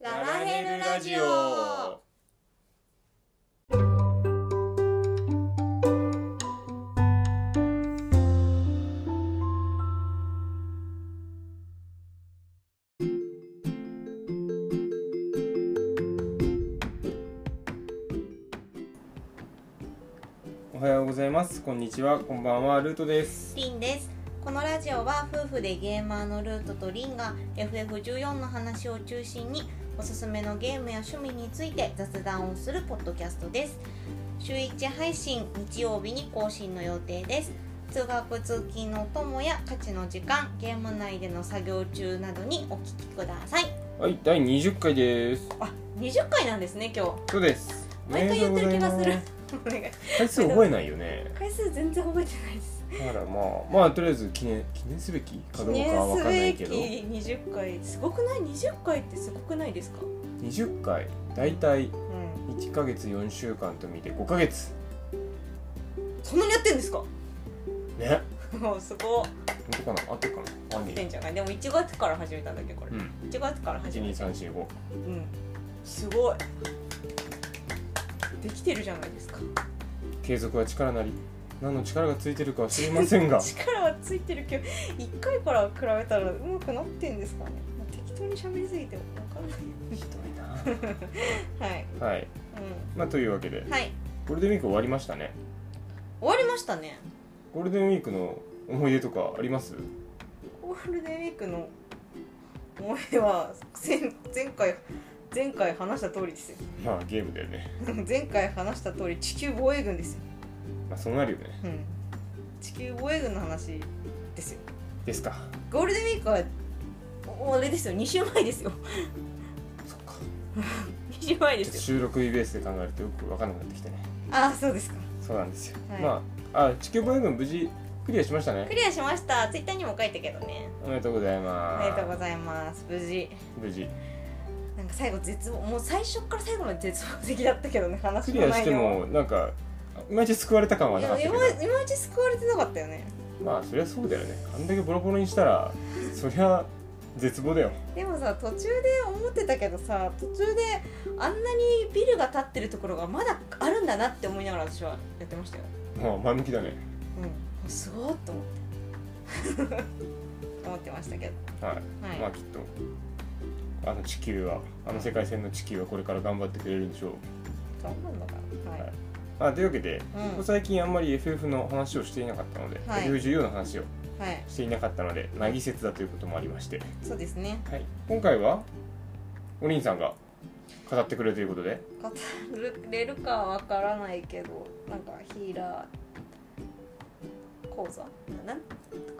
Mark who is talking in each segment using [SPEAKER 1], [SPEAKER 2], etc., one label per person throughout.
[SPEAKER 1] ネルラジオ
[SPEAKER 2] おはようございますこんにちはこんばんはルートです
[SPEAKER 1] リンですこのラジオは夫婦でゲーマーのルートとリンが FF14 の話を中心におすすめのゲームや趣味について雑談をするポッドキャストです週1配信日曜日に更新の予定です通学通勤のお供や家事の時間ゲーム内での作業中などにお聞きください
[SPEAKER 2] はい第20回です
[SPEAKER 1] あ20回なんですね今日
[SPEAKER 2] そうです
[SPEAKER 1] 毎回言ってる気がする
[SPEAKER 2] おめで
[SPEAKER 1] お願い
[SPEAKER 2] とうございます回数覚えないよね
[SPEAKER 1] 回数全然覚えてないです
[SPEAKER 2] だからまあまあとりあえず記念記念すべきかどうかは分かんないけど
[SPEAKER 1] 記念すべき20回すごくない20回ってすごくないですか
[SPEAKER 2] 20回だいたい
[SPEAKER 1] うん
[SPEAKER 2] 1ヶ月4週間と見て5ヶ月
[SPEAKER 1] そんなにやってん ですか
[SPEAKER 2] ね
[SPEAKER 1] もうすごい
[SPEAKER 2] 本当かな合ってるかな合
[SPEAKER 1] や
[SPEAKER 2] っ
[SPEAKER 1] ってて
[SPEAKER 2] る
[SPEAKER 1] んじゃないでも1月から始めたんだっけこれ、
[SPEAKER 2] うん
[SPEAKER 1] 1月から始めた
[SPEAKER 2] 12345
[SPEAKER 1] うんすごいできてるじゃないですか
[SPEAKER 2] 継続は力なり何の力がついてるかは知りませ んが
[SPEAKER 1] 力はついてるけど1回から比べたらうまくなってんですかねもう適当に喋りすぎて分かんな
[SPEAKER 2] ひど
[SPEAKER 1] いはい、
[SPEAKER 2] いなはいまあというわけで
[SPEAKER 1] うん、はい
[SPEAKER 2] ゴールデンウィーク終わりましたね
[SPEAKER 1] 終わりましたね
[SPEAKER 2] ゴールデンウィークの思い出とかあります
[SPEAKER 1] ゴールデンウィークの思い出は前前回前回話した通りですよ
[SPEAKER 2] まあゲームだよね
[SPEAKER 1] 前回話した通り地球防衛軍ですよ、
[SPEAKER 2] まあそうなるよね
[SPEAKER 1] うん、地球防衛軍の話ですよ
[SPEAKER 2] ですか
[SPEAKER 1] ゴールデンウィークはおあれですよ2週前ですよ
[SPEAKER 2] そっか
[SPEAKER 1] 2週前で
[SPEAKER 2] ちょっと
[SPEAKER 1] すよ
[SPEAKER 2] 収録日ベースで考えるとよく分かんなくなってきてね
[SPEAKER 1] ああそうですか
[SPEAKER 2] そうなんですよ、
[SPEAKER 1] はい
[SPEAKER 2] まああ地球防衛軍無事クリアしました
[SPEAKER 1] ク
[SPEAKER 2] ね
[SPEAKER 1] リアしましたツイッターにも書いたけどね
[SPEAKER 2] おめでとうござい
[SPEAKER 1] お
[SPEAKER 2] ます
[SPEAKER 1] めでとうございます無事
[SPEAKER 2] 無事
[SPEAKER 1] なんか最後絶望もう最初から最後まで絶望的だったけどね
[SPEAKER 2] ク
[SPEAKER 1] 話
[SPEAKER 2] リ
[SPEAKER 1] の
[SPEAKER 2] アし
[SPEAKER 1] 内
[SPEAKER 2] て
[SPEAKER 1] 容は
[SPEAKER 2] もなんかいまいち救われた感はいなかっ
[SPEAKER 1] や
[SPEAKER 2] た
[SPEAKER 1] い
[SPEAKER 2] けど
[SPEAKER 1] まいいまいち救われてなかったよね
[SPEAKER 2] まあそりゃそうだよねあんだけボロボロにしたらそりゃ絶望だよ
[SPEAKER 1] でもさ途中で思ってたけどさ途中であんなにビルが建ってるところがまだあるんだなって思いながら私はやってましたよ
[SPEAKER 2] まあ前向きだね
[SPEAKER 1] うんすごーっと思って 思ってましたけど
[SPEAKER 2] はい、
[SPEAKER 1] はい
[SPEAKER 2] まあきっとあの地球はあの世界線の地球はこれから頑張ってくれるんでしょう
[SPEAKER 1] 頑張るのかなはい、
[SPEAKER 2] はいまあというわけでここ
[SPEAKER 1] う
[SPEAKER 2] 最近あんまり FF の話をしていなかったので、
[SPEAKER 1] はい
[SPEAKER 2] FF14 の話を
[SPEAKER 1] んはい
[SPEAKER 2] していなかったのでなぎ説だということもありまして、
[SPEAKER 1] そうですね
[SPEAKER 2] はい、今回はおりんさんが語ってくれるということで
[SPEAKER 1] 語れるかわからないけどなんかヒーラー講座ななん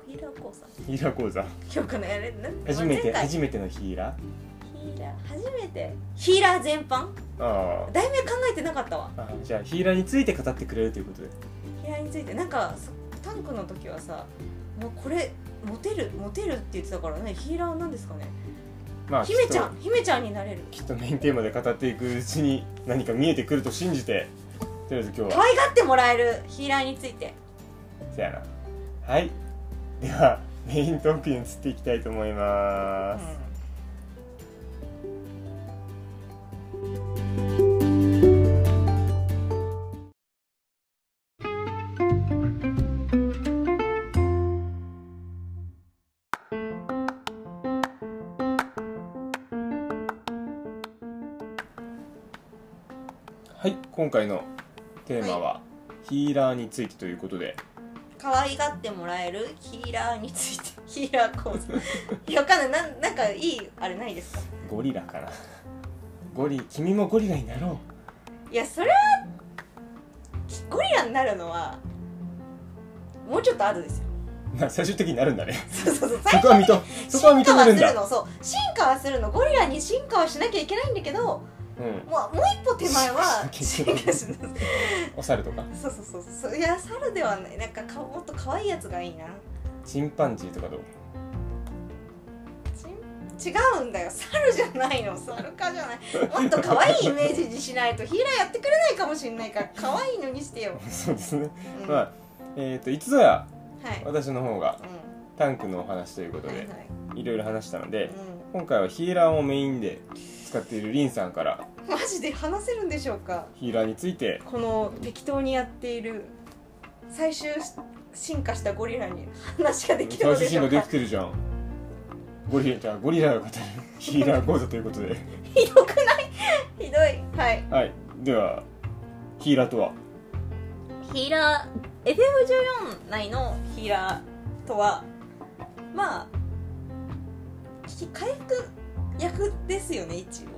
[SPEAKER 1] ヒーラー講座
[SPEAKER 2] ヒーラー講座
[SPEAKER 1] 記憶ないあれなん
[SPEAKER 2] 初めて
[SPEAKER 1] 前回
[SPEAKER 2] 初めてのヒーラ
[SPEAKER 1] ヒーラー初めてヒーラー全般
[SPEAKER 2] ーあー
[SPEAKER 1] 題名考えてなかったわ
[SPEAKER 2] あーじゃあヒーラーについて語ってくれるということで
[SPEAKER 1] ヒーラーについてなんかそタンクの時はさもうこれモテるモテるって言ってたからねヒーラーなんですかね
[SPEAKER 2] まあ
[SPEAKER 1] 姫ちゃ
[SPEAKER 2] きっ
[SPEAKER 1] ん姫ちゃんになれる
[SPEAKER 2] ときっとメインテーマで語っていくうちに何か見えてくると信じてとりあえず今日
[SPEAKER 1] 可
[SPEAKER 2] は
[SPEAKER 1] 愛がってもらえるヒーラーについて
[SPEAKER 2] せやなはいではメイントークに移っていきたいと思います、はい今回のテーマは、ヒーラーについてということで
[SPEAKER 1] 可愛がってもらえるヒーラーについて ヒーラー講座いやわかんないなんなんかいいあれないですか
[SPEAKER 2] ゴリラかなゴリ君もゴリラになろ
[SPEAKER 1] いやそれはきゴリラになるのはもうちょっと後ですよ
[SPEAKER 2] うまあ最終的になるんだね
[SPEAKER 1] そうそうそう
[SPEAKER 2] そ
[SPEAKER 1] 最
[SPEAKER 2] こ
[SPEAKER 1] 初
[SPEAKER 2] は
[SPEAKER 1] に
[SPEAKER 2] 認そこは
[SPEAKER 1] 進
[SPEAKER 2] 認
[SPEAKER 1] 化
[SPEAKER 2] め
[SPEAKER 1] は
[SPEAKER 2] る
[SPEAKER 1] す
[SPEAKER 2] ん
[SPEAKER 1] る
[SPEAKER 2] だ
[SPEAKER 1] のそう進化はするのゴリラに進化はしなきゃいけないんだけど
[SPEAKER 2] うん
[SPEAKER 1] もうもう一歩手前は進
[SPEAKER 2] 進化
[SPEAKER 1] 化しない
[SPEAKER 2] お猿とか
[SPEAKER 1] そうそうそうそういや猿ではないなんかかもっと可愛いやつがいいな
[SPEAKER 2] チンパンジーとかどう
[SPEAKER 1] ち違うんだよ猿じゃないの猿かじゃないもっと可愛いイメージにしないとヒーラーやってくれないかもしれないから可愛いのにしてよ、
[SPEAKER 2] そうですね
[SPEAKER 1] うん、
[SPEAKER 2] まあえっ、といつぞや
[SPEAKER 1] はい、
[SPEAKER 2] 私の方が
[SPEAKER 1] う
[SPEAKER 2] タンクのお話ということ
[SPEAKER 1] ん、はい
[SPEAKER 2] で
[SPEAKER 1] はい、
[SPEAKER 2] いろいろ話したので
[SPEAKER 1] うん
[SPEAKER 2] 今回はヒーラーをメインで使っているリンさんから
[SPEAKER 1] マジで話せるんでしょうか
[SPEAKER 2] ヒーラーについて
[SPEAKER 1] この適当にやっている最終進化したゴリラに話ができる
[SPEAKER 2] 最
[SPEAKER 1] のでしょ
[SPEAKER 2] 終進化
[SPEAKER 1] う
[SPEAKER 2] で
[SPEAKER 1] か
[SPEAKER 2] きてるじゃんゴリラじゃあゴリラ が語るヒーラー講座ということで
[SPEAKER 1] ひどくない ひどいはい
[SPEAKER 2] はいではヒーラーとは
[SPEAKER 1] ヒーラー FM14 内のヒーラーとはまあき回復役ですよね一応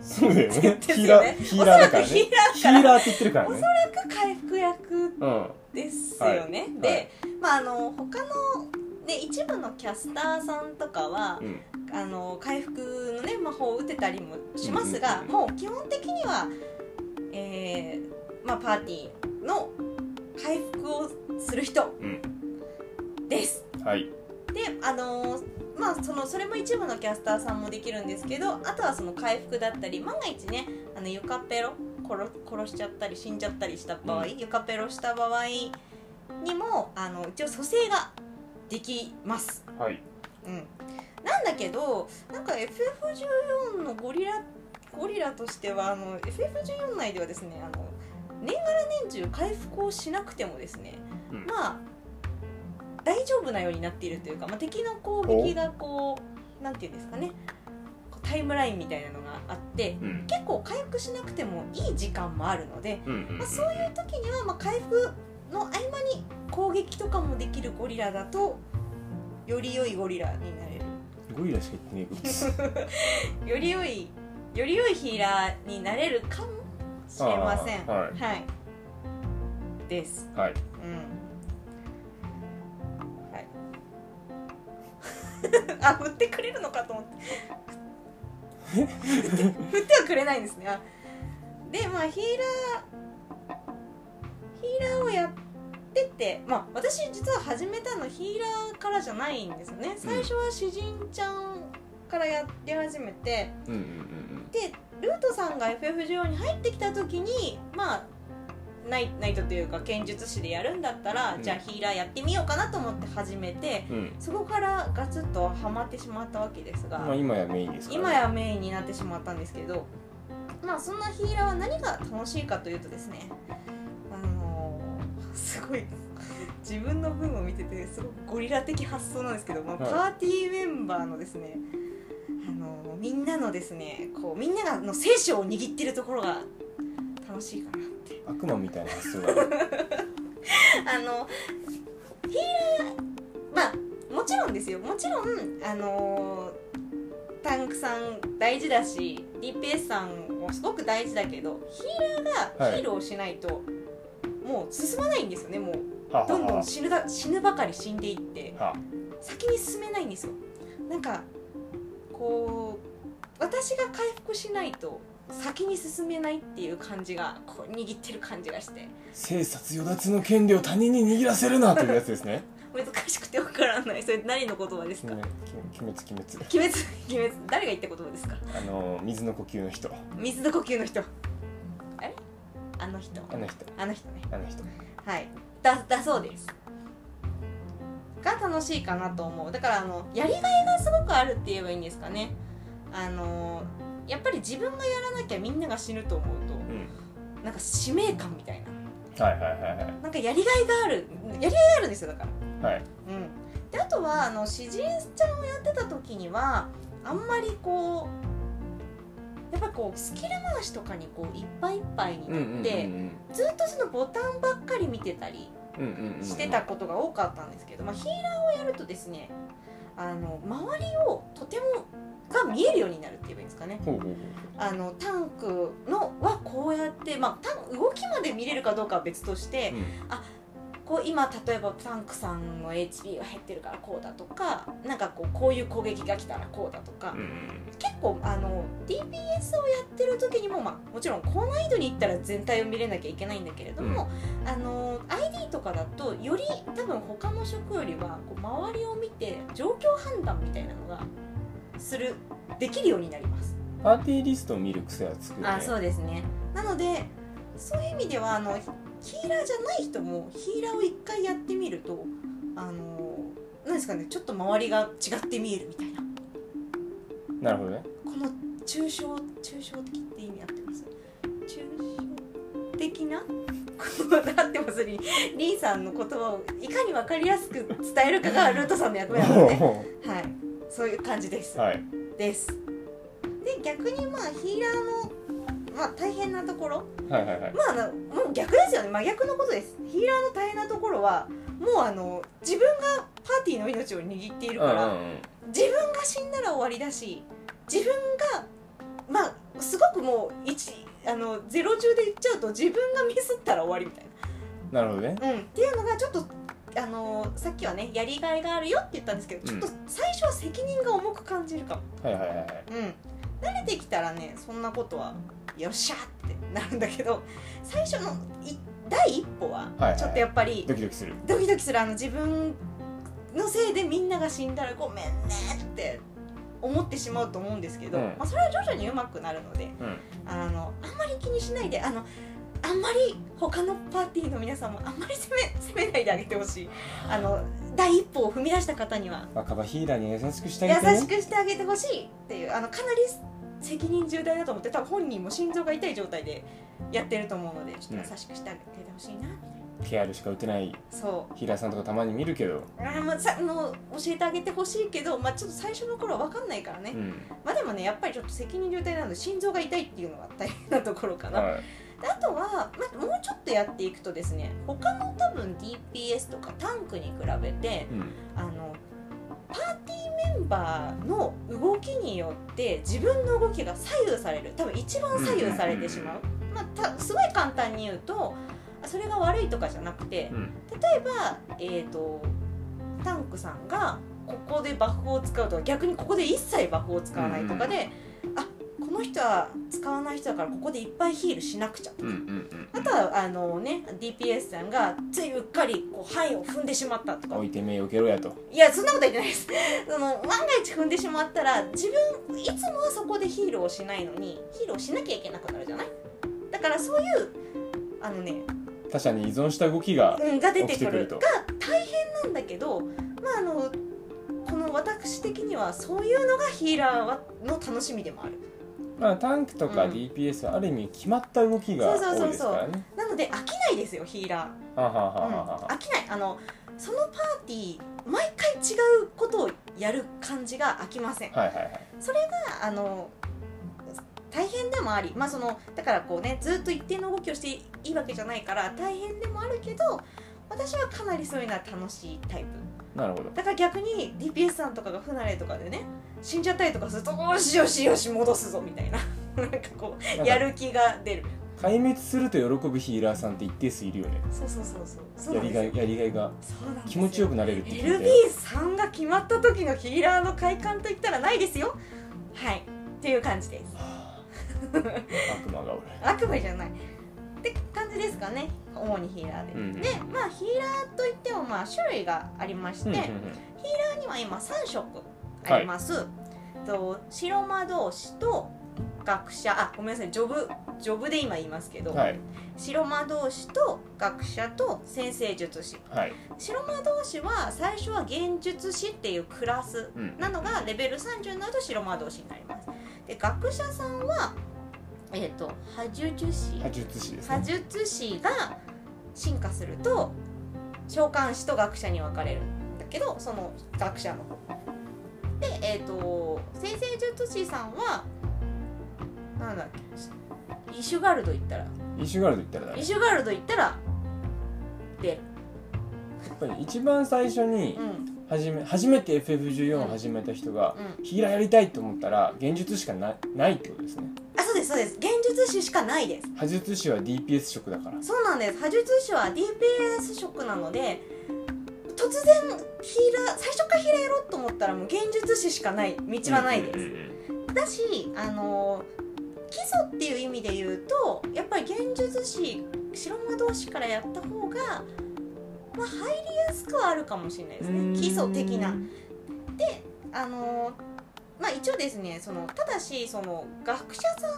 [SPEAKER 2] そうだよね
[SPEAKER 1] ですよね
[SPEAKER 2] ヒーラーヒーラーだから
[SPEAKER 1] おそらく
[SPEAKER 2] ね
[SPEAKER 1] ヒーラー
[SPEAKER 2] ヒーラーって言ってるから
[SPEAKER 1] お
[SPEAKER 2] ね
[SPEAKER 1] そらく回復役
[SPEAKER 2] うん
[SPEAKER 1] ですよね、で、
[SPEAKER 2] はい
[SPEAKER 1] まああの他のね一部のキャスターさんとかは、
[SPEAKER 2] うん
[SPEAKER 1] あの回復のね魔法を打てたりもしますが、
[SPEAKER 2] うんうん
[SPEAKER 1] もう基本的には、えーまあ、パーティーの回復をする人です。
[SPEAKER 2] はい
[SPEAKER 1] であのーまあ、そのそれも一部のキャスターさんもできるんですけどあとはその回復だったり万が一ねあの床ペロ殺殺しちゃったり死んじゃったりした場合、
[SPEAKER 2] うん
[SPEAKER 1] 床ペロした場合にもあの一応蘇生ができます。
[SPEAKER 2] はい
[SPEAKER 1] うん、なんだけどなんか FF14 のゴリラゴリラとしてはあの FF14 内ではですねあの年がら年中回復をしなくてもですね、
[SPEAKER 2] うん
[SPEAKER 1] まあ大丈夫なようになっているというか、まあ、敵の攻撃がこうなんていうんですかねこうタイムラインみたいなのがあって
[SPEAKER 2] うん
[SPEAKER 1] 結構回復しなくてもいい時間もあるので
[SPEAKER 2] うんうん
[SPEAKER 1] まあ、そういう時には、まあ、回復の合間に攻撃とかもできるゴリラだとより良いゴリラになれ
[SPEAKER 2] ゴリラしか言ってねえ
[SPEAKER 1] るより良いより良いヒーラーになれるかもしれません
[SPEAKER 2] あーはい
[SPEAKER 1] です、
[SPEAKER 2] はい
[SPEAKER 1] うんはい あ振ってくれるのかと 思って振って振ってはくれないんですねあでまあヒーラーヒーラーをやっててまあ私実は始めたのヒーラーからじゃないんですよね最初は詩人ちゃんからやり始めて、
[SPEAKER 2] うんうん
[SPEAKER 1] でルートさんが FF14 に入ってきた時にまあナイナイトというか剣術師でやるんだったら、
[SPEAKER 2] うん
[SPEAKER 1] じゃあヒーラーやってみようかなと思って始めて
[SPEAKER 2] うんうん
[SPEAKER 1] そこからガツッとハマってしまったわけですが、
[SPEAKER 2] まあ今やメインですからね
[SPEAKER 1] 今やメインになってしまったんですけどまあそんなヒーラーは何が楽しいかというとですねあのーすごい自分の分を見ててすごくゴリラ的発想なんですけど、まあ、パ
[SPEAKER 2] はい
[SPEAKER 1] ーティーメンバーのですね、あのーみんなのですねこうみんながの聖書を握ってるところが楽しいかなって
[SPEAKER 2] 悪魔みたいな発想だね
[SPEAKER 1] あのヒーラーまあもちろんですよもちろんあのータンクさん大事だし DPS さんもすごく大事だけどヒーラーがヒーローをしないと、もう進まないんですよねもう
[SPEAKER 2] はは
[SPEAKER 1] どんどん
[SPEAKER 2] は
[SPEAKER 1] 死ぬだ死ぬばかり死んでいって
[SPEAKER 2] は
[SPEAKER 1] 先に進めないんですよなんかこう私が回復しないと先に進めないっていう感じがこう握ってる感じがして
[SPEAKER 2] 生殺与奪の権利を他人に握らせるなというやつですね
[SPEAKER 1] 難しくてわからないそれ何の言葉ですか、
[SPEAKER 2] ね鬼滅鬼滅
[SPEAKER 1] 鬼滅鬼滅誰が言った言葉ですか
[SPEAKER 2] あの水の呼吸の人
[SPEAKER 1] 水の呼吸の人あれあの人
[SPEAKER 2] あの人
[SPEAKER 1] あの人ね
[SPEAKER 2] あの人
[SPEAKER 1] はいだだそうですが楽しいかなと思うだからあのやりがいがすごくあるって言えばいいんですかねあのやっぱり自分がやらなきゃみんなが死ぬと思う
[SPEAKER 2] う
[SPEAKER 1] と
[SPEAKER 2] ん
[SPEAKER 1] なんか使命感みたいな
[SPEAKER 2] はいはいはい
[SPEAKER 1] なんかやりがいがあるやりがいがあるんですよだから
[SPEAKER 2] はいはい
[SPEAKER 1] うん、であとはあの詩人ちゃんをやってた時にはあんまりこうやっぱこうスキル回しとかにこういっぱいいっぱいに
[SPEAKER 2] うんうんう
[SPEAKER 1] なんって、ずっとそのボタンばっかり見てたり
[SPEAKER 2] うんうんうんうん
[SPEAKER 1] してたことが多かったんですけど、まあ、ヒーラーをやるとですねあの周りをとてもが見えるようになるって言えばいいんですかね。
[SPEAKER 2] ほうほうほう
[SPEAKER 1] あのタンクのはこうやって、まあ、タン動きまで見れるかどうかは別として、
[SPEAKER 2] うん
[SPEAKER 1] こう今例えばタンクさんの HP が減ってるからこうだとかなんかこうこういう攻撃が来たらこうだとか、
[SPEAKER 2] うんうん
[SPEAKER 1] 結構あの DPS をやってる時にも、まあ、もちろん高難易度に行ったら全体を見れなきゃいけないんだけれども、あの ID とかだとより多分他の職よりはこう周りを見て状況判断みたいなのがするできるようになります。
[SPEAKER 2] パーティーリストを見る癖はつくよね
[SPEAKER 1] あそうですねなのでそういう意味ではあのヒーラーじゃない人もヒーラーを一回やってみるとあのなんですかねちょっと周りが違って見えるみたいな
[SPEAKER 2] なるほどね
[SPEAKER 1] この抽象抽象的って意味合ってます抽象的なこと合ってますリンリンさんの言葉をいかに分かりやすく伝えるかがルートさんの役目なので、はい、そういう感じです、
[SPEAKER 2] はい
[SPEAKER 1] ですで逆にまあヒーラーの、まあ、大変なところ
[SPEAKER 2] はいはいはい
[SPEAKER 1] まああのもう逆ですよね真逆のことですヒーラーの大変なところはもうあの自分がパーティーの命を握っている
[SPEAKER 2] うんう
[SPEAKER 1] か
[SPEAKER 2] ん
[SPEAKER 1] ら、自分が死んだら終わりだし自分がまあすごくもう一あのゼロ中で言っちゃうと自分がミスったら終わりみたい
[SPEAKER 2] うんなるほどね
[SPEAKER 1] な、うん、っていうのがちょっとあのさっきはねやりがいがあるよって言ったんですけどちょっと
[SPEAKER 2] う
[SPEAKER 1] 最初は責任が重く感じるかも、
[SPEAKER 2] はいはいはいはい
[SPEAKER 1] うん、慣れてきたらねそんなことはよっしゃってなるんだけど最初のい第一歩は
[SPEAKER 2] はいはい
[SPEAKER 1] ちょっとやっぱり、
[SPEAKER 2] ドキドキする
[SPEAKER 1] ドキドキするあの自分のせいでみんなが死んだらごめんねって思ってしまうと思うんですけど、
[SPEAKER 2] うん
[SPEAKER 1] まあ、それは徐々に上手くなるので
[SPEAKER 2] うん
[SPEAKER 1] あのあんまり気にしないであのあんまり他のパーティーの皆さんもあんまり責め責めないであげてほしいあの第一歩を踏み出した方には
[SPEAKER 2] 若葉ヒーラーに優しくして
[SPEAKER 1] 優
[SPEAKER 2] あげて
[SPEAKER 1] し
[SPEAKER 2] ね
[SPEAKER 1] くしてあげてほしいっていうあのかなり責任重大だと思って多分本人も心臓が痛い状態でやってると思うのでちょっと優しくしてあげてほしいな、
[SPEAKER 2] ケアルしか打てない
[SPEAKER 1] そう
[SPEAKER 2] ヒーラーさんとかたまに見るけど
[SPEAKER 1] あーまあ、さもう教えてあげてほしいけど、まあ、ちょっと最初の頃は分かんないからね、
[SPEAKER 2] うん
[SPEAKER 1] まあでもねやっぱりちょっと責任重大なので心臓が痛いっていうのが大変なところかな、
[SPEAKER 2] はい
[SPEAKER 1] であとは、まあ、もうちょっとやっていくとですね他の多分 DPS とかタンクに比べて
[SPEAKER 2] うん
[SPEAKER 1] あのパーティーメンバーの動きによって自分の動きが左右される多分一番左右されてしまう、まあ、たすごい簡単に言うとそれが悪いとかじゃなくて、
[SPEAKER 2] うん
[SPEAKER 1] 例えば、えー、とタンクさんがここでバフを使うとか逆にここで一切バフを使わないとかで、あこの人は使わない人だからここでいっぱいヒールしなくちゃと
[SPEAKER 2] う
[SPEAKER 1] か、
[SPEAKER 2] んうん
[SPEAKER 1] あとはあの、ね、DPS さんがついうっかりこう範囲を踏んでしまったと
[SPEAKER 2] うん
[SPEAKER 1] か
[SPEAKER 2] 置いて目を受けろやと
[SPEAKER 1] いやそんなこと言ってないです その万が一踏んでしまったら自分いつもはそこでヒールをしないのにヒールをしなきゃいけなくなるじゃないだからそういうあのね
[SPEAKER 2] 他者に依存した動きが
[SPEAKER 1] うん、が出て
[SPEAKER 2] 起き
[SPEAKER 1] く
[SPEAKER 2] てく
[SPEAKER 1] る
[SPEAKER 2] る
[SPEAKER 1] が
[SPEAKER 2] と
[SPEAKER 1] 大変なんだけど、まあ、あのこの私的にはそういうのがヒーラーはの楽しみでもある
[SPEAKER 2] まあタンクとか
[SPEAKER 1] うん
[SPEAKER 2] DPS はある意味決まった動きが
[SPEAKER 1] そうそう
[SPEAKER 2] 多
[SPEAKER 1] そ
[SPEAKER 2] いうです
[SPEAKER 1] そう
[SPEAKER 2] からね
[SPEAKER 1] なので飽きないですよヒーラ
[SPEAKER 2] はあはあ
[SPEAKER 1] ー、う
[SPEAKER 2] はあ
[SPEAKER 1] ん
[SPEAKER 2] はあはあ
[SPEAKER 1] 飽きないあのそのパーティー毎回違うことをやる感じが飽きません
[SPEAKER 2] はいはいはい
[SPEAKER 1] あの大変でもあり、まあ、そのだからこうねずっと一定の動きをしていいわけじゃないから大変でもあるけど私はかなりそういうのは楽しいタイプ
[SPEAKER 2] なるほど
[SPEAKER 1] だから逆に DPS さんとかが不慣れとかでね死んじゃったりとかすると「よしよしよし戻すぞ」みたいな なんかこ
[SPEAKER 2] なん
[SPEAKER 1] う
[SPEAKER 2] か
[SPEAKER 1] やる気が出る
[SPEAKER 2] 壊滅すると喜ぶヒーラーさんって一定数いるよね
[SPEAKER 1] そうそうそうそうそう
[SPEAKER 2] や
[SPEAKER 1] なん
[SPEAKER 2] り
[SPEAKER 1] ですよ
[SPEAKER 2] がいやりがいが
[SPEAKER 1] そうなんです
[SPEAKER 2] 気持ちよくなれるって聞いて
[SPEAKER 1] LB3 が決まった時のヒーラーの快感といったらないですよはいっていう感じです
[SPEAKER 2] はあ悪魔がおる
[SPEAKER 1] 悪夢じゃないって感じですかね主にヒーラーで、
[SPEAKER 2] うん
[SPEAKER 1] でまあヒーラーといってもまあ種類がありまして、
[SPEAKER 2] うんうん
[SPEAKER 1] 他には今3色あります、と白魔導士と学者あごめんなさいジョブジョブで今言いますけ
[SPEAKER 2] う
[SPEAKER 1] ど、
[SPEAKER 2] んはい
[SPEAKER 1] 白魔導士と学者と先生術師
[SPEAKER 2] はい
[SPEAKER 1] 白魔導士は最初は幻術師っていうクラス
[SPEAKER 2] うん
[SPEAKER 1] なのがレベル30になると白魔導士になりますで学者さんはえっ、と波術師
[SPEAKER 2] 波術師です
[SPEAKER 1] 波
[SPEAKER 2] ね
[SPEAKER 1] 術師が進化すると召喚師と学者に分かれるんだけどその学者のでえっ、と先生術師さんはなんだっけイシュガルド行ったら
[SPEAKER 2] イシュガルド言ったらダメ
[SPEAKER 1] イ
[SPEAKER 2] や
[SPEAKER 1] シュガルド行ったらで
[SPEAKER 2] っぱり一番最初に
[SPEAKER 1] うん
[SPEAKER 2] 初め初めて FF14 を始めた人が
[SPEAKER 1] うん
[SPEAKER 2] ヒーラーやりたいと思ったら現術しかなないってことですね
[SPEAKER 1] あそうですそうです現術師しかないです
[SPEAKER 2] 波術師は DPS 色だから
[SPEAKER 1] そうなんです波術師は DPS 職なので突然ヒーラー最初からヒーラーやろうと思ったらもう現術師しかない道はないです、
[SPEAKER 2] うんうんうん
[SPEAKER 1] だしあの基礎っていう意味で言うとやっぱり現術師白魔同士からやった方が、まあ、入りやすくはあるかもしれないですね基礎的なあのまあ一応ですねそのただしその学者さん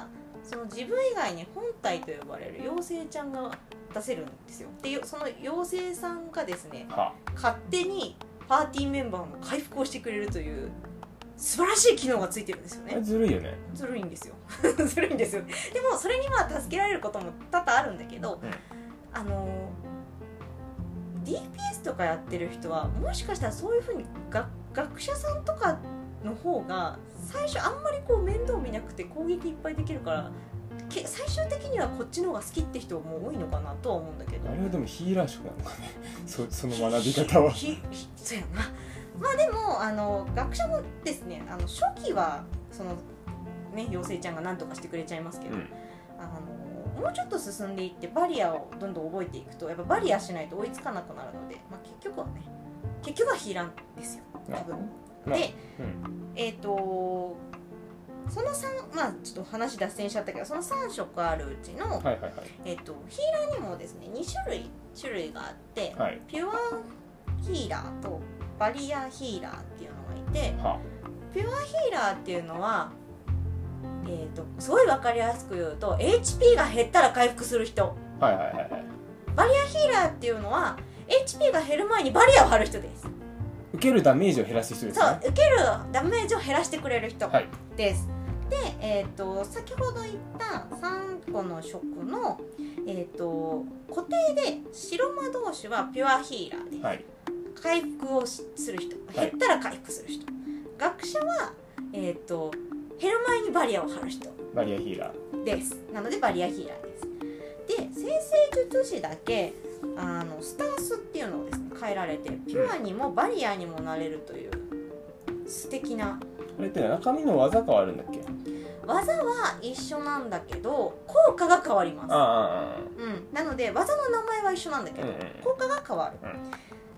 [SPEAKER 1] はその自分以外に本体と呼ばれる妖精ちゃんが出せるんですよでよその妖精さんがですね
[SPEAKER 2] は
[SPEAKER 1] 勝手にパーティーメンバーの回復をしてくれるという素晴らしい機能がついてるんですよ
[SPEAKER 2] あれ
[SPEAKER 1] ね
[SPEAKER 2] ずるいよね
[SPEAKER 1] ずるいんですよ ずるいんですよでもそれには助けられることも多々あるんだけど、
[SPEAKER 2] うん
[SPEAKER 1] あの DPS とかやってる人はもしかしたらそういうふうに学学者さんとかの方が最初あんまりこう面倒見なくて攻撃いっぱいできるからけ最終的にはこっちの方が好きって人も多いのかなとは思うんだけど
[SPEAKER 2] あれはでもヒーラー色なのかねそその学び 方は
[SPEAKER 1] ひひそうやなまあでもあの学者もですねあの初期はそのね妖精ちゃんが何とかしてくれちゃいますけど、
[SPEAKER 2] うん
[SPEAKER 1] あのもうちょっと進んでいってバリアをどんどん覚えていくとやっぱバリアしないと追いつかなくなるので、まあ、結局はね結局はヒーランですよ多分。
[SPEAKER 2] まあ
[SPEAKER 1] で、
[SPEAKER 2] うん
[SPEAKER 1] えっ、とその3まあちょっと話脱線しちゃったけどその3色あるうちの、
[SPEAKER 2] はいはい
[SPEAKER 1] えっとヒーラーにもですね2種類種類があって、
[SPEAKER 2] はいはい
[SPEAKER 1] ピュアヒーラーとバリアヒーラーっていうのがいて
[SPEAKER 2] は
[SPEAKER 1] ピュアヒーラーっていうのは、えー、とすごい分かりやすく言うと HP が減ったら回復する人
[SPEAKER 2] はいはいはいはい
[SPEAKER 1] ヒーラーっていうのは HP が減る前にバリアを張る人です
[SPEAKER 2] 受けるダメージを減らす人です
[SPEAKER 1] そ
[SPEAKER 2] ね
[SPEAKER 1] う受けるダメージを減らしてくれる人
[SPEAKER 2] はい
[SPEAKER 1] です、で、えー、と先ほど言った3個の色の、えー、と固定で白魔同士はピュアヒーラーです、
[SPEAKER 2] はい
[SPEAKER 1] 回復をしする人
[SPEAKER 2] は
[SPEAKER 1] 減
[SPEAKER 2] い
[SPEAKER 1] ったら回復する人、学者は、えー、と減る前にバリアを張る人
[SPEAKER 2] バリアヒーラー
[SPEAKER 1] ですなのでバリアヒーラーですで先生術師だけあのスタンスっていうのをですね変えられてピュアにもバリアにもなれるという素敵な
[SPEAKER 2] あれって中身の技変わるんだっけ
[SPEAKER 1] 技は一緒なんだけど効果が変わります
[SPEAKER 2] ああああ
[SPEAKER 1] うん、なので技の名前は一緒なんだけど、
[SPEAKER 2] うんうん
[SPEAKER 1] 効果が変わる、
[SPEAKER 2] うん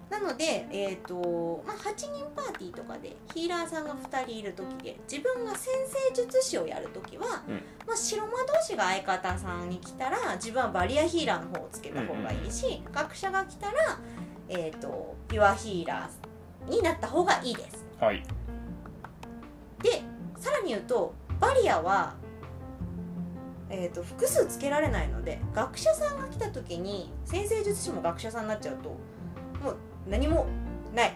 [SPEAKER 1] なので、えーとまあ、8人パーティーとかでヒーラーさんが2人いる時で自分が先生術師をやる時は、
[SPEAKER 2] うん
[SPEAKER 1] まあ、白魔同士が相方さんに来たら自分はバリアヒーラーの方をつけた方がいいし、学者が来たら、えー、とピュアヒーラーになった方がいいです
[SPEAKER 2] あはい
[SPEAKER 1] でさらに言うとバリアは、えー、と複数つけられないので学者さんが来た時に先生術師も学者さんになっちゃうともう何もない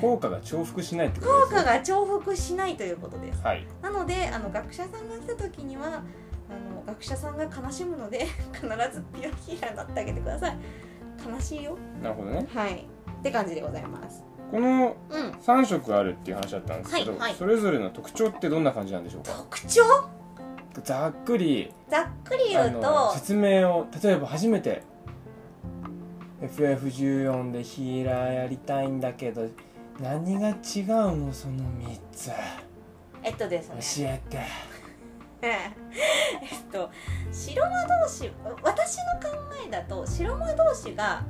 [SPEAKER 2] 効果が重複しないってこと
[SPEAKER 1] 効
[SPEAKER 2] です
[SPEAKER 1] 果
[SPEAKER 2] ね
[SPEAKER 1] が重複しないということです
[SPEAKER 2] はい
[SPEAKER 1] なのであの学者さんが来た時にはあの学者さんが悲しむので 必ずピュアヒーラーになってあげてください悲しいよ
[SPEAKER 2] なるほどね
[SPEAKER 1] はいって感じでございます
[SPEAKER 2] この
[SPEAKER 1] うん
[SPEAKER 2] 3色あるっていう話だったんですけど、
[SPEAKER 1] はいはい
[SPEAKER 2] それぞれの特徴ってどんな感じなんでしょうか
[SPEAKER 1] 特徴
[SPEAKER 2] ざっくり
[SPEAKER 1] ざっくり
[SPEAKER 2] あ
[SPEAKER 1] 言う
[SPEAKER 2] の
[SPEAKER 1] と
[SPEAKER 2] 説明を例えば初めて FF14 でヒーラーやりたいんだけど何が違うのその3つ
[SPEAKER 1] えっとですね
[SPEAKER 2] 教えて
[SPEAKER 1] えっと白魔同士私の考えだと白魔同士が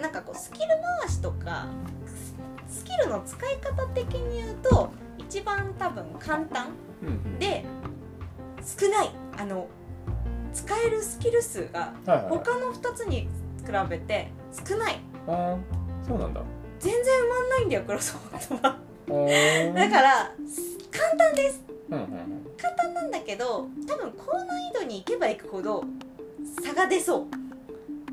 [SPEAKER 1] なんかこうスキル回しとかススキルの使い方的に言うと一番多分簡単
[SPEAKER 2] うん
[SPEAKER 1] で少ないあの使えるスキル数が
[SPEAKER 2] はいはい
[SPEAKER 1] 他の2つに比べて少ない
[SPEAKER 2] あーそうなんだ
[SPEAKER 1] 全然埋まんないんだよクロスボットはだ
[SPEAKER 2] だ
[SPEAKER 1] から簡単です
[SPEAKER 2] ら、うんうん
[SPEAKER 1] 簡単なんだけど多分高難易度に行けば行くほど差が出そう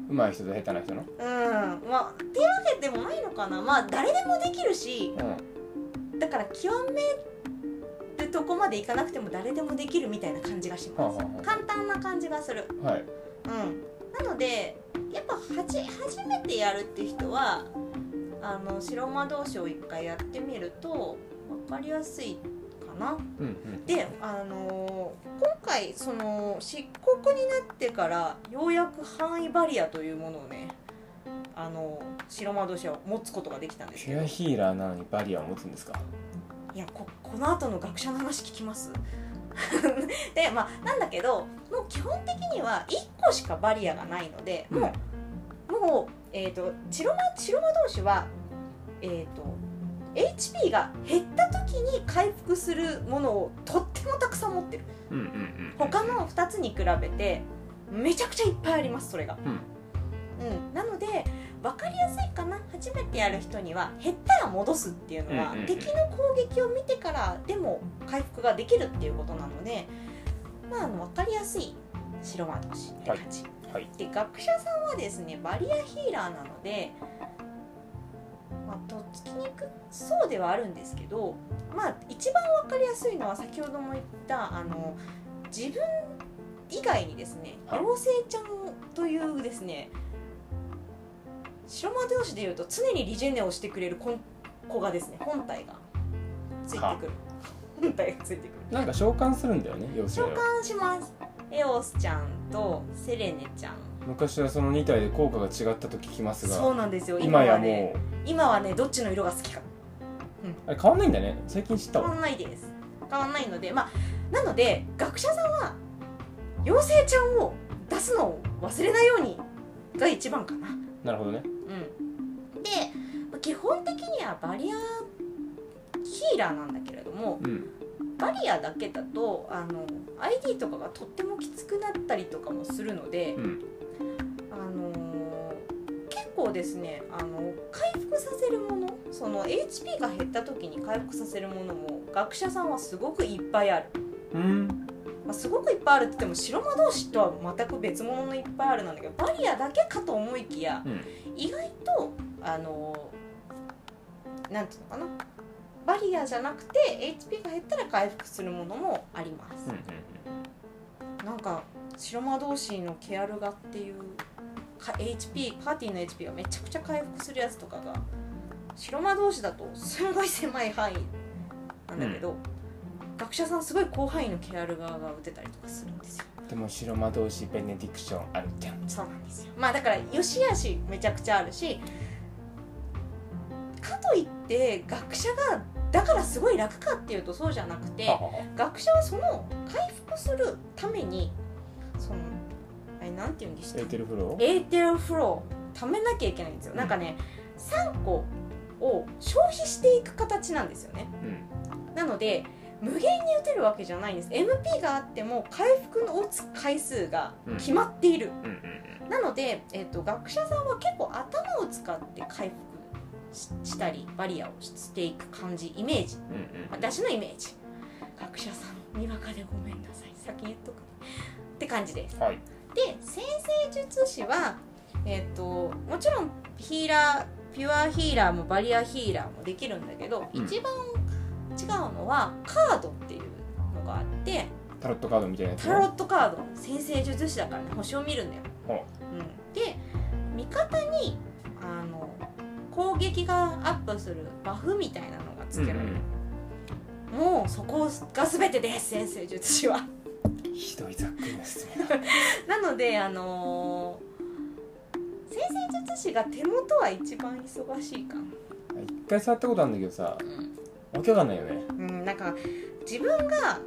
[SPEAKER 2] うん、上手い人と下手な人の、
[SPEAKER 1] うんまあっていうわけでもないのかなまあ誰でもできるし
[SPEAKER 2] うん、
[SPEAKER 1] だから極めるとこまでいかなくても誰でもできるみたいな感じがし
[SPEAKER 2] はあ
[SPEAKER 1] ます
[SPEAKER 2] は
[SPEAKER 1] 簡単な感じがする
[SPEAKER 2] あはい
[SPEAKER 1] うんなのでやっぱはじ初めてやるって人はあの白魔同士を一回やってみると分かりやすいかな
[SPEAKER 2] うんうん
[SPEAKER 1] であのー今回その漆黒になってからようやく範囲バリアというものをねあのー白魔同士を持つことができたんです
[SPEAKER 2] ピ
[SPEAKER 1] け
[SPEAKER 2] ュ
[SPEAKER 1] ど
[SPEAKER 2] ア
[SPEAKER 1] い
[SPEAKER 2] ヒーラーなのにバリアを持つんですか
[SPEAKER 1] やここの後の学者の話聞きます でまあなんだけどもう基本的には1個しかバリアがないのでもうもう、えー、と白魔白魔同士は、えー、と HP が減った時に回復するものをとってもたくさん持ってる
[SPEAKER 2] うんうんうん
[SPEAKER 1] 他の2つに比べてめちゃくちゃいっぱいありますそれが、
[SPEAKER 2] うん
[SPEAKER 1] うん、なので分かりやすいかな初めてやる人には減ったら戻すっていうのは、
[SPEAKER 2] うんうんうん
[SPEAKER 1] 敵の攻撃を見てからでも回復ができるっていうことなのでまああの分かりやすい白魔同士って感じ、
[SPEAKER 2] はい
[SPEAKER 1] で学者さんはですねバリアヒーラーなので、まあとっつきにくそうではあるんですけどまあ一番わかりやすいのは先ほども言ったあの自分以外にですね妖精ちゃんというですね白魔同士でいうと常にリジェネをしてくれるこん子がですね本体がついてくる本体がついてくる
[SPEAKER 3] なんか召喚するんだよね妖精
[SPEAKER 1] 召
[SPEAKER 3] は
[SPEAKER 1] 喚しますエオスちゃんとセレネちゃん
[SPEAKER 3] 昔はその2体で効果が違ったと聞きますが
[SPEAKER 1] そうなんですよ
[SPEAKER 3] 今や
[SPEAKER 1] はね
[SPEAKER 3] もう
[SPEAKER 1] 今はねどっちの色が好きか
[SPEAKER 3] あれ変わんないんだね最近知った
[SPEAKER 1] 変わ
[SPEAKER 3] わ
[SPEAKER 1] んないです変わんないのでまあなので学者さんは妖精ちゃんを出すのを忘れないようにが一番かな
[SPEAKER 3] なるほどね
[SPEAKER 1] うんでまあ基本的にはバリアヒーラーなんだけれども
[SPEAKER 3] うん
[SPEAKER 1] バリアだけだとあの ID とかがとってもきつくなったりとかもするので、
[SPEAKER 3] うん
[SPEAKER 1] あのー結構ですねあの回復させるものその HP が減った時に回復させるものも学者さんはすごくいっぱいある、
[SPEAKER 3] うん
[SPEAKER 1] まあ、すごくいっぱいあるって言っても白魔同士とは全く別物のいっぱいあるなんだけどバリアだけかと思いきや
[SPEAKER 3] うん
[SPEAKER 1] 意外とあのーなんていうのかなバリアじゃなくて HP が減ったら回復するものもあります、なんか白魔同士のケアルガっていうか HP パーティーの HP がめちゃくちゃ回復するやつとかが白魔同士だとすごい狭い範囲なんだけど、学者さんすごい広範囲のケアルガが打てたりとかするんですよ
[SPEAKER 3] でも白魔同士ベネディクションあるじゃん
[SPEAKER 1] そうなんですよまあだから良し悪しめちゃくちゃあるしかといって学者がだからすごい楽かっていうとそうじゃなくて
[SPEAKER 3] ははは
[SPEAKER 1] 学者はその回復するためにそのあれなんて言うんでし
[SPEAKER 3] エ
[SPEAKER 1] た
[SPEAKER 3] ーテルフロー
[SPEAKER 1] エーテルフロー貯めなきゃいけないんですよなんかね3個を消費していく形なんですよね
[SPEAKER 3] うん
[SPEAKER 1] なので無限に打てるわけじゃないんです MP があっても回復の打つ回数が決まっている、
[SPEAKER 3] うんうん
[SPEAKER 1] なので、えっと学者さんは結構頭を使って回復ししたりバリアをしていく感じイメージ
[SPEAKER 3] うんうん
[SPEAKER 1] 私のイメージ学者さんにわかでごめんなさい先言っとくねって感じです
[SPEAKER 3] うんはい
[SPEAKER 1] で先生術師は、えっともちろんヒーラーピュアヒーラーもバリアヒーラーもできるんだけど、
[SPEAKER 3] うん
[SPEAKER 1] 一番違うのはカードっていうのがあって
[SPEAKER 3] タロットカードみたいなやつね
[SPEAKER 1] タロットカード先生術師だからね星を見るんだよ、
[SPEAKER 3] ほ
[SPEAKER 1] うん、で味方にあの攻撃がアップするバフみたいなのがつけられる、もうそこが全てです先生術師は
[SPEAKER 3] うんうんひどいざっくりな説明だ
[SPEAKER 1] なのであのー、先生術師が手元は一番忙しいかな
[SPEAKER 3] 一回触ったことあるんだけどさわけわかんないよね
[SPEAKER 1] うん、なんか自分が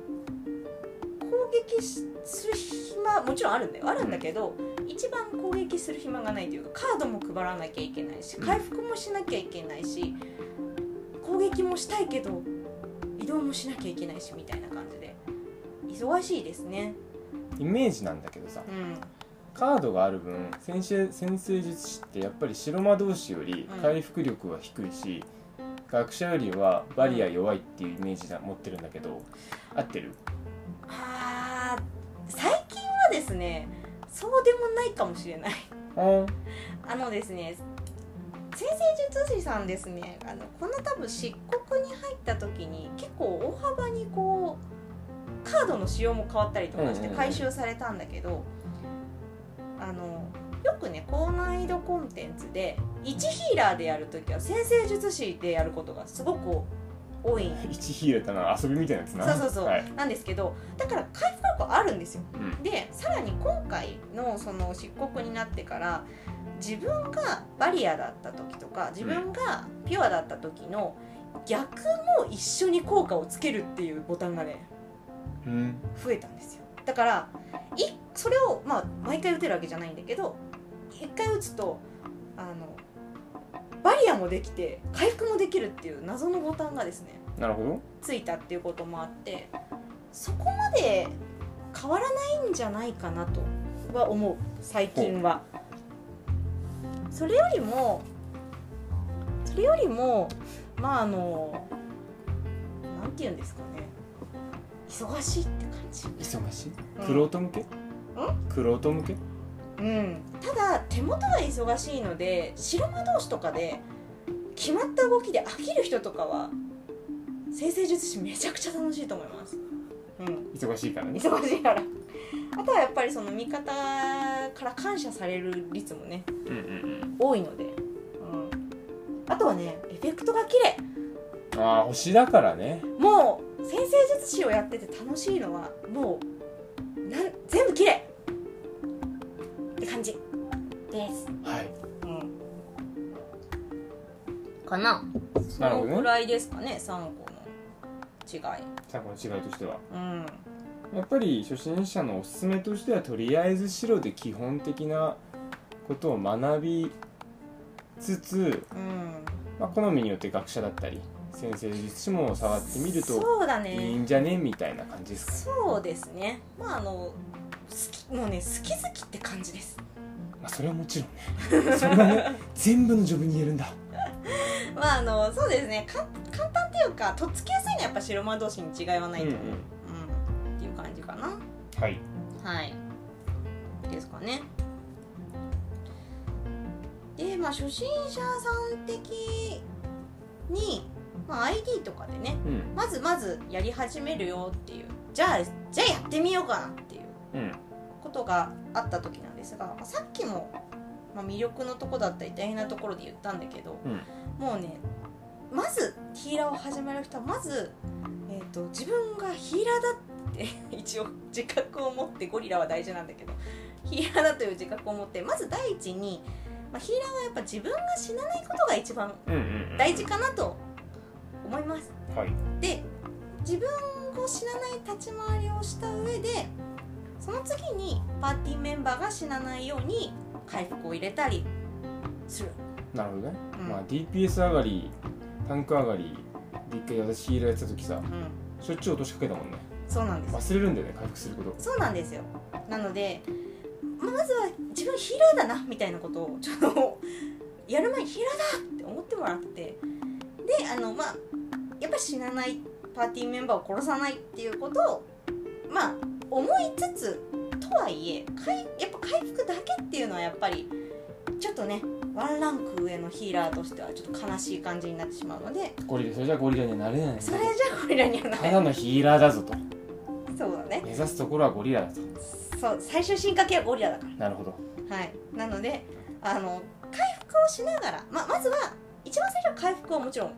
[SPEAKER 1] 攻撃しする暇もちろんあるんだよあるんだけど、一番攻撃する暇がないというかカードも配らなきゃいけないし
[SPEAKER 3] うん
[SPEAKER 1] 回復もしなきゃいけないし攻撃もしたいけど移動もしなきゃいけないしみたいな感じで忙しいですね
[SPEAKER 3] イメージなんだけどさ
[SPEAKER 1] うん
[SPEAKER 3] カードがある分先生先生術師ってやっぱり白魔同士より回復力は低いし、学者よりはバリア弱いっていうイメージだ持ってるんだけど合ってる
[SPEAKER 1] あー最近はですねそうでもないかもしれない
[SPEAKER 3] うん
[SPEAKER 1] あのですね先生術師さんですねあのこの多分漆黒に入った時に結構大幅にこうカードの仕様も変わったりとか
[SPEAKER 3] う
[SPEAKER 1] し
[SPEAKER 3] んうん
[SPEAKER 1] て
[SPEAKER 3] うん
[SPEAKER 1] 回収されたんだけど、あのよくね高難易度コンテンツで1ヒーラーでやる時は先生術師でやることがすごく多いん
[SPEAKER 3] 一ヒールだな遊びみたいなやつな
[SPEAKER 1] そうそうそう、
[SPEAKER 3] はい、
[SPEAKER 1] なんですけどだから回復力はあるんですよ
[SPEAKER 3] うん
[SPEAKER 1] でさらに今回のその漆黒になってから自分がバリアだった時とか自分がピュアだった時の逆も一緒に効果をつけるっていうボタンがね
[SPEAKER 3] うん、
[SPEAKER 1] 増えたんですよだからいそれを、まあ、毎回打てるわけじゃないんだけど一回打つとあのバリアもできて回復もできるっていう謎のボタンがですね
[SPEAKER 3] なるほど
[SPEAKER 1] ついたっていうこともあってそこまで変わらないんじゃないかなとは思う最近は。それよりもそれよりもまああのなんて言うんですかね忙しいって感じ。
[SPEAKER 3] 忙しい
[SPEAKER 1] うん
[SPEAKER 3] クロート向け、クロート向け
[SPEAKER 1] うん、ただ手元が忙しいので白魔同士とかで決まった動きで飽きる人とかは生成術師めちゃくちゃ楽しいと思います、うん、
[SPEAKER 3] 忙しいからね
[SPEAKER 1] 忙しいからあとはやっぱりその味方から感謝される率もね
[SPEAKER 3] うんうん
[SPEAKER 1] 多いので、うん、あとはねエフェクトが綺麗
[SPEAKER 3] うんああ星だからね
[SPEAKER 1] もう先生術師をやってて楽しいのはもうなん全部綺麗って感じです、
[SPEAKER 3] はい
[SPEAKER 1] かなそ
[SPEAKER 3] なるほ
[SPEAKER 1] の
[SPEAKER 3] どね
[SPEAKER 1] くらいですかね3個の違い
[SPEAKER 3] 最後の違いとしては
[SPEAKER 1] うん
[SPEAKER 3] やっぱり初心者のおすすめとしてはとりあえず白で基本的なことを学びつつ、
[SPEAKER 1] うん
[SPEAKER 3] まあ、好みによって学者だったり先生術師も触ってみると
[SPEAKER 1] そうだ
[SPEAKER 3] いい
[SPEAKER 1] ね
[SPEAKER 3] んじゃねみたいな感じですか、
[SPEAKER 1] そうですねまああの好きもうね好き好きって感じです
[SPEAKER 3] まあ、それはもちろんね それはね全部のジョブに言えるんだ
[SPEAKER 1] まああのそうですねかん簡単っていうかとっつきやすいのはやっぱ白魔同士に違いはないと思う、うんっていう感じかな
[SPEAKER 3] はい
[SPEAKER 1] はいですかねでまあ初心者さん的に、まあ、ID とかでね
[SPEAKER 3] うん
[SPEAKER 1] まずまずやり始めるよっていうじゃあじゃあやってみようかなっていう
[SPEAKER 3] うん
[SPEAKER 1] ことがあった時なんですが、まあさっきも、まあ、魅力のとこだったり大変なところで言ったんだけど、
[SPEAKER 3] うん
[SPEAKER 1] もうねまずヒーラーを始める人はまず、えー、と自分がヒーラーだって 一応自覚を持ってゴリラは大事なんだけどヒーラーだという自覚を持ってまず第一に、まあ、ヒーラーはやっぱ自分が死なないことが一番
[SPEAKER 3] うんうんうん
[SPEAKER 1] 大事かなと思います。
[SPEAKER 3] はい
[SPEAKER 1] で自分を死なない立ち回りをした上でその次にパーティーメンバーが死なないように回復を入れたりする、
[SPEAKER 3] なるほどね、
[SPEAKER 1] うん
[SPEAKER 3] まあ DPS 上がりタンク上がりで一回私ヒーラーやってた時さ
[SPEAKER 1] うん、
[SPEAKER 3] しょっちゅう落としかけたもんね
[SPEAKER 1] そうなんですよ
[SPEAKER 3] 忘れるんだよね回復すること
[SPEAKER 1] そうなんですよなのでままずは自分ヒーラーだなみたいなことをちょっと やる前にヒーラーだって思ってもらってであのまあやっぱ死なないパーティーメンバーを殺さないっていうことをまあ思いつつとはいえかいやっぱ回復だけっていうのはやっぱりちょっとねワンランク上のヒーラーとしてはちょっと悲しい感じになってしまうので
[SPEAKER 3] ゴリラそれじゃゴリラにはなれない
[SPEAKER 1] それじゃあゴリラにはな
[SPEAKER 3] た
[SPEAKER 1] れ
[SPEAKER 3] だ
[SPEAKER 1] ない
[SPEAKER 3] のヒーラーだぞと
[SPEAKER 1] そうだね
[SPEAKER 3] 目指すところはゴリラだと
[SPEAKER 1] そう最終進化系はゴリラだから
[SPEAKER 3] なるほど
[SPEAKER 1] はい、なのであの回復をしながら、まあ、まずは一番最初は回復をもちろん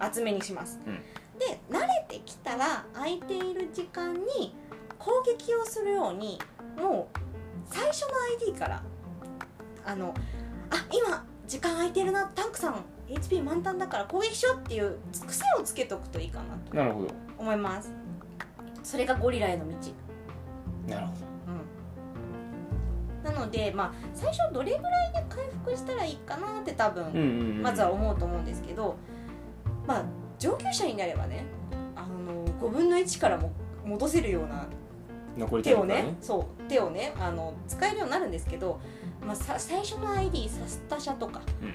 [SPEAKER 1] 厚めにします、
[SPEAKER 3] うん
[SPEAKER 1] で慣れてきたら空いている時間に攻撃をするようにもう最初の ID からあのあ今時間空いてるなタンクさん HP 満タンだから攻撃しようっていう癖をつけとくといいかなと
[SPEAKER 3] なるほど
[SPEAKER 1] 思いますそれがゴリラへの道
[SPEAKER 3] なるほ
[SPEAKER 1] なので、まあ、最初どれぐらいで回復したらいいかなって多
[SPEAKER 3] どう
[SPEAKER 1] 分
[SPEAKER 3] んうん、うん、
[SPEAKER 1] まずは思うと思うんですけど、まあ、上級者になればねあの5分の1からも戻せるような
[SPEAKER 3] 残りたい
[SPEAKER 1] 手
[SPEAKER 3] こ
[SPEAKER 1] を
[SPEAKER 3] とだ
[SPEAKER 1] ねそう手をねあの使えるようになるんですけど、まあ、さ最初の ID サスタ社とか、
[SPEAKER 3] うん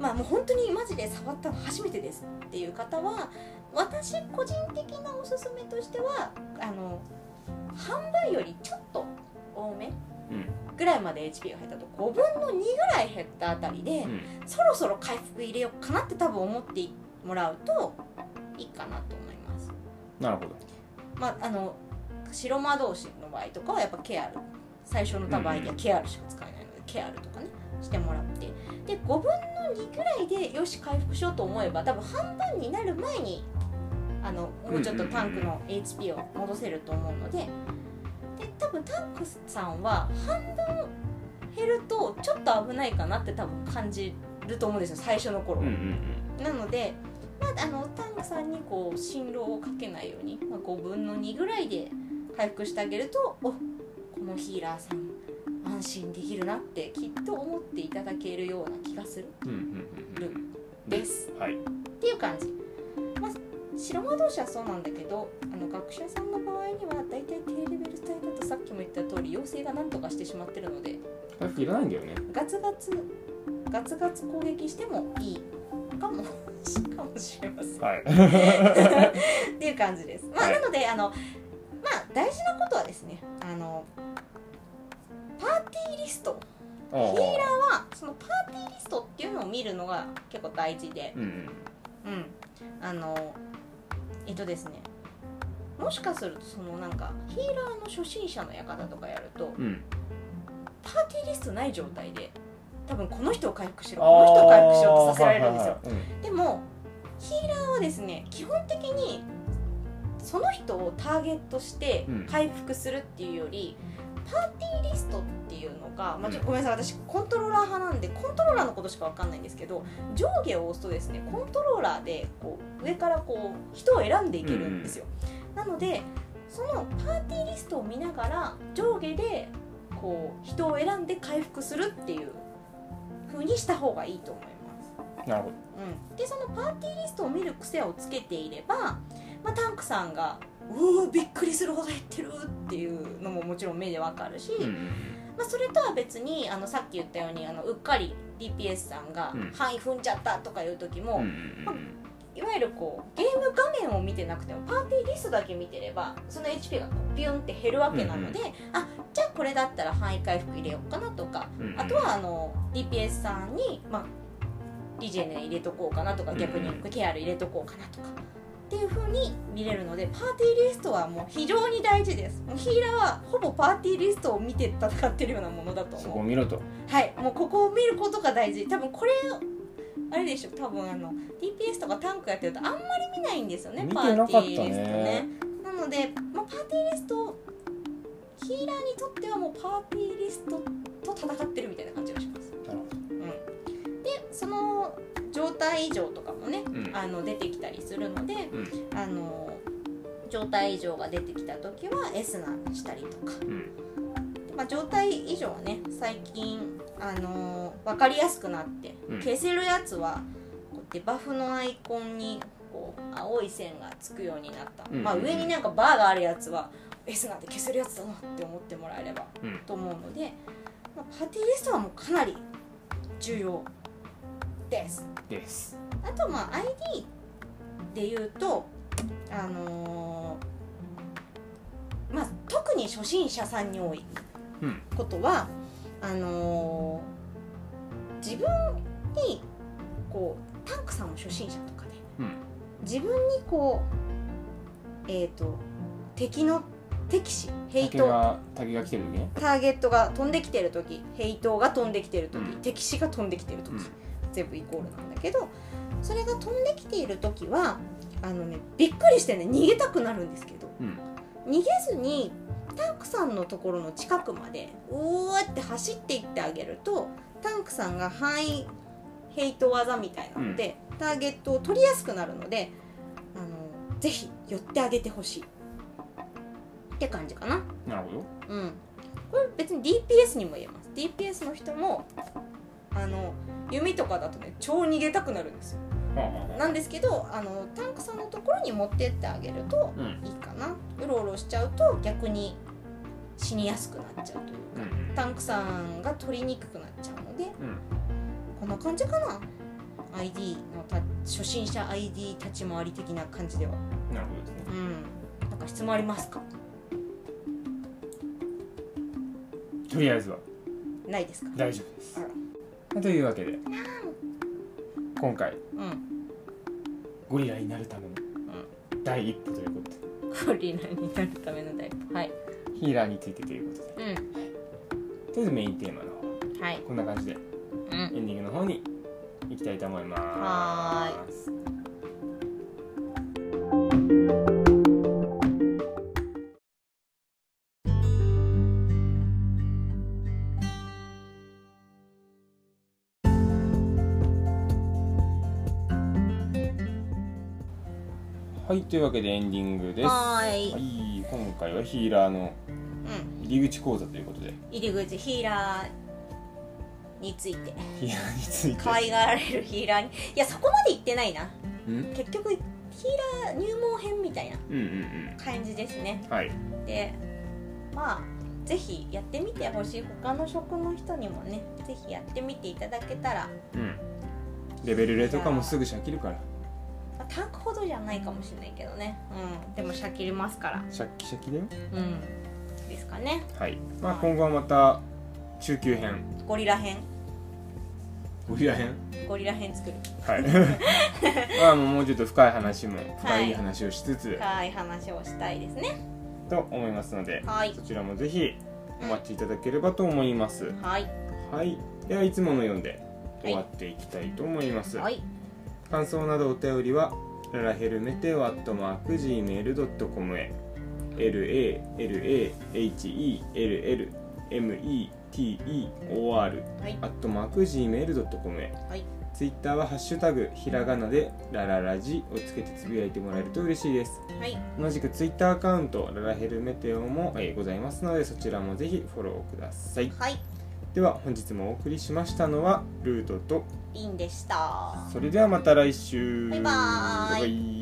[SPEAKER 1] まあもう本当にマジで触ったの初めてですっていう方は私個人的なおすすめとしてはあの半分よりちょっと多め
[SPEAKER 3] うん
[SPEAKER 1] ぐらいまで HP が減ったと5分の2ぐらい減ったあたりで、
[SPEAKER 3] うん
[SPEAKER 1] そろそろ回復入れようかなって多分思ってもらうといいかなと思います。
[SPEAKER 3] なるほど
[SPEAKER 1] まあ、あの白魔同士の場合とかはやっぱケアル最初の多分アイディアケアルしか使えないので、ケアルとかねしてもらってで5分の2ぐらいでよし回復しようと思えば多分半分になる前にあのもうちょっとタンクの HP を戻せると思うのでで多分タンクさんは半分減るとちょっと危ないかなって多分感じると思うんですよ最初の頃。
[SPEAKER 3] うんうん
[SPEAKER 1] なので、まあ、あのタンクさんにこう振動をかけないように、まあ、5分の2ぐらいで回復してあげるとおこのヒーラーさん安心できるなってきっと思っていただけるような気がする
[SPEAKER 3] うんうんうんうん
[SPEAKER 1] です。
[SPEAKER 3] うんはい
[SPEAKER 1] っていう感じ。まあ白魔同士はそうなんだけどあの学者さんの場合には大体低レベル帯だとさっきも言った通り妖精が何とかしてしまってるので
[SPEAKER 3] 回復いらないんだよね
[SPEAKER 1] ガツガツガツガツ攻撃してもいいかも かもしれません。
[SPEAKER 3] はい
[SPEAKER 1] っていう感じです。まあ、
[SPEAKER 3] はい
[SPEAKER 1] なのであのまあ大事なことはですね、あのパーティーリスト
[SPEAKER 3] ああ
[SPEAKER 1] ヒーラーはそのパーティーリストっていうのを見るのが結構大事で
[SPEAKER 3] うんうん
[SPEAKER 1] うんあのえっとですねもしかするとそのなんかヒーラーの初心者の館とかやると
[SPEAKER 3] うん
[SPEAKER 1] パーティーリストない状態で多分この人を回復しろ
[SPEAKER 3] あ
[SPEAKER 1] この人を回復しろ
[SPEAKER 3] ー
[SPEAKER 1] ってさせられるんですよ、
[SPEAKER 3] はいはいはい
[SPEAKER 1] でもヒーラーはですね基本的にその人をターゲットして
[SPEAKER 3] うん
[SPEAKER 1] 回復するっていうより、パーティーリストっていうのが、まあ、ちょごめんなさい私コントローラー派なんでコントローラーのことしか分かんないんですけど上下を押すとですねコントローラーでこう上からこう人を選んでいけるんですよ。なのでそのパーティーリストを見ながら上下でこう人を選んで回復するっていう風にした方がいいと思います。
[SPEAKER 3] うんなるほど
[SPEAKER 1] うん、でそのパーティーリストを見る癖をつけていれば、まあ、タンクさんが「うーびっくりするほど減ってる」っていうのももちろん目でわかるし、
[SPEAKER 3] うんうん
[SPEAKER 1] まあ、それとは別にあのさっき言ったようにあのうっかり DPS さんが
[SPEAKER 3] うん
[SPEAKER 1] 「範囲踏んじゃった」とかいう時も、
[SPEAKER 3] うんうんうんうん
[SPEAKER 1] いわゆるこうゲーム画面を見てなくてもパーティーリストだけ見てればその HP がこうピュンって減るわけなので、
[SPEAKER 3] うん
[SPEAKER 1] あじゃあこれだったら範囲回復入れようかなとか
[SPEAKER 3] うんうん
[SPEAKER 1] あとはあの DPS さんに、まあ、リジェネ入れとこうかなとか
[SPEAKER 3] うん
[SPEAKER 1] 逆にケアル入れとこうかなとかっていう風に見れるのでパーティーリストはもう非常に大事ですもうヒーラーはほぼパーティーリストを見て戦ってるようなものだと
[SPEAKER 3] そこ
[SPEAKER 1] 思
[SPEAKER 3] を
[SPEAKER 1] う
[SPEAKER 3] 見ろと
[SPEAKER 1] はいもうここを見ることが大事多分これあれでしょ多分あの DPS とかタンクやってるとあんまり見ないんですよね
[SPEAKER 3] 見て
[SPEAKER 1] パ
[SPEAKER 3] な
[SPEAKER 1] ー
[SPEAKER 3] かった
[SPEAKER 1] テ
[SPEAKER 3] ね
[SPEAKER 1] ィーリストねなので、まあ、パーティーリストをヒーラーにとってはもうパーティーリストと戦ってるみたいな感じがします
[SPEAKER 3] なるほど
[SPEAKER 1] その状態異常とかもね
[SPEAKER 3] うん
[SPEAKER 1] あの出てきたりするので
[SPEAKER 3] うん
[SPEAKER 1] あの状態異常が出てきた時は S なんにしたりとか、
[SPEAKER 3] うん
[SPEAKER 1] まあ、状態異常はね最近あの分かりやすくなって
[SPEAKER 3] うん
[SPEAKER 1] 消せるやつはこうデバフのアイコンにこう青い線がつくようになった、
[SPEAKER 3] うん
[SPEAKER 1] まあ、上になんかバーがあるやつは S なんて消せるやつだなって思ってもらえれば
[SPEAKER 3] うん
[SPEAKER 1] と思うので、まあ、パーティーリストはもうかなり重要です。
[SPEAKER 3] です
[SPEAKER 1] あとまあ ID で言うとあのーまあ特に初心者さんに多い
[SPEAKER 3] うん
[SPEAKER 1] ことはあのー自分にこうタンクさんも初心者とかで、
[SPEAKER 3] うん
[SPEAKER 1] 自分にこうえっ、と敵の敵視ヘイ
[SPEAKER 3] 竹
[SPEAKER 1] ト
[SPEAKER 3] が竹が来てる時ね
[SPEAKER 1] ターゲットが飛んできてる時ヘイトが飛んできてる時、
[SPEAKER 3] うん
[SPEAKER 1] 敵視が飛んできてる時、
[SPEAKER 3] うん
[SPEAKER 1] 全部イコールなんだけどそれが飛んできている時はあのねびっくりしてね逃げたくなるんですけど
[SPEAKER 3] うん
[SPEAKER 1] 逃げずにタンクさんのところの近くまでうーって走っていってあげるとタンクさんが範囲ヘイト技みたいなので、ターゲットを取りやすくなるのであのぜひ寄ってあげてほしいって感じかな。
[SPEAKER 3] なるほど
[SPEAKER 1] うん、これ別に DPS にも言えます DPS の人もあの弓とかだとね超逃げたくなるんですよ
[SPEAKER 3] ああああ
[SPEAKER 1] なんですけどあのタンクさんのところに持ってってあげると
[SPEAKER 3] うんうん
[SPEAKER 1] いいかなうろうろしちゃうと逆に死にやすくなっちゃうという
[SPEAKER 3] う
[SPEAKER 1] か、
[SPEAKER 3] ん
[SPEAKER 1] タンクさんが取りにくくなっちゃうので
[SPEAKER 3] うん
[SPEAKER 1] こんな感じかな ID のた初心者 ID 立ち回り的な感じでは
[SPEAKER 3] なるほどですね
[SPEAKER 1] うんなんか質問ありますか
[SPEAKER 3] とりあえずは
[SPEAKER 1] ないですか
[SPEAKER 3] 大丈夫で
[SPEAKER 1] あ
[SPEAKER 3] す
[SPEAKER 1] ら
[SPEAKER 3] というわけで今回
[SPEAKER 1] うん
[SPEAKER 3] ゴリラになるための第一歩ということで
[SPEAKER 1] ゴリラになるためのタイプはい
[SPEAKER 3] ヒーラーについてということでと
[SPEAKER 1] う
[SPEAKER 3] りあえずメインテーマの方
[SPEAKER 1] ん、はい、
[SPEAKER 3] こんな感じで
[SPEAKER 1] うん、
[SPEAKER 3] エンディングの方に行きたいと思います
[SPEAKER 1] は
[SPEAKER 3] はいというわけでエンディングです
[SPEAKER 1] はーい
[SPEAKER 3] い今回はヒーラーの
[SPEAKER 1] うん、
[SPEAKER 3] 入り口講座ということで
[SPEAKER 1] 入り口ヒーラーについて
[SPEAKER 3] ヒーラーについて
[SPEAKER 1] 可愛がられるヒーラーにいやそこまで行ってないな
[SPEAKER 3] うん
[SPEAKER 1] 結局ヒーラー入門編みたいな
[SPEAKER 3] うんうん
[SPEAKER 1] 感じですね
[SPEAKER 3] うんはい
[SPEAKER 1] でまあぜひやってみてほしい他の職の人にもねぜひやってみていただけたら、
[SPEAKER 3] うんレベル0とかもすぐシャキるから
[SPEAKER 1] まあ、タンクほどじゃないかもしれないけどね、うん、でもしゃきりますから
[SPEAKER 3] シャッキシャキだよ
[SPEAKER 1] うんですかね
[SPEAKER 3] はいまあ今後はまた
[SPEAKER 2] 中級編
[SPEAKER 1] ゴリラ編
[SPEAKER 2] ゴリラ編
[SPEAKER 1] ゴリラ編作る
[SPEAKER 2] はい まあもうちょっと深い話も深い話をしつつ、
[SPEAKER 1] 深い話をしたいですね
[SPEAKER 2] と思いますので
[SPEAKER 1] はい
[SPEAKER 2] そちらもぜひお待ちいただければと思います
[SPEAKER 1] はい
[SPEAKER 2] はいではいつもの読んで
[SPEAKER 1] はい
[SPEAKER 2] 終わっていきたいと思います、
[SPEAKER 1] はい
[SPEAKER 2] 感想などお便りはララヘルメテオアットマーク Gmail.com へ LALAHELLMETEOR
[SPEAKER 1] はい
[SPEAKER 2] アットマーク Gmail.com へ
[SPEAKER 1] はい
[SPEAKER 2] ツイッターはハッシュタグひらがなでラララジをつけてつぶやいてもらえると嬉しいです
[SPEAKER 1] はい
[SPEAKER 2] 同じくツイッターアカウントララヘルメテオも、えーございますのでそちらもぜひフォローください
[SPEAKER 1] はい
[SPEAKER 2] では本日もお送りしましたのはルートと
[SPEAKER 1] リンでした
[SPEAKER 2] それではまた来週
[SPEAKER 1] バイバーイ
[SPEAKER 2] イ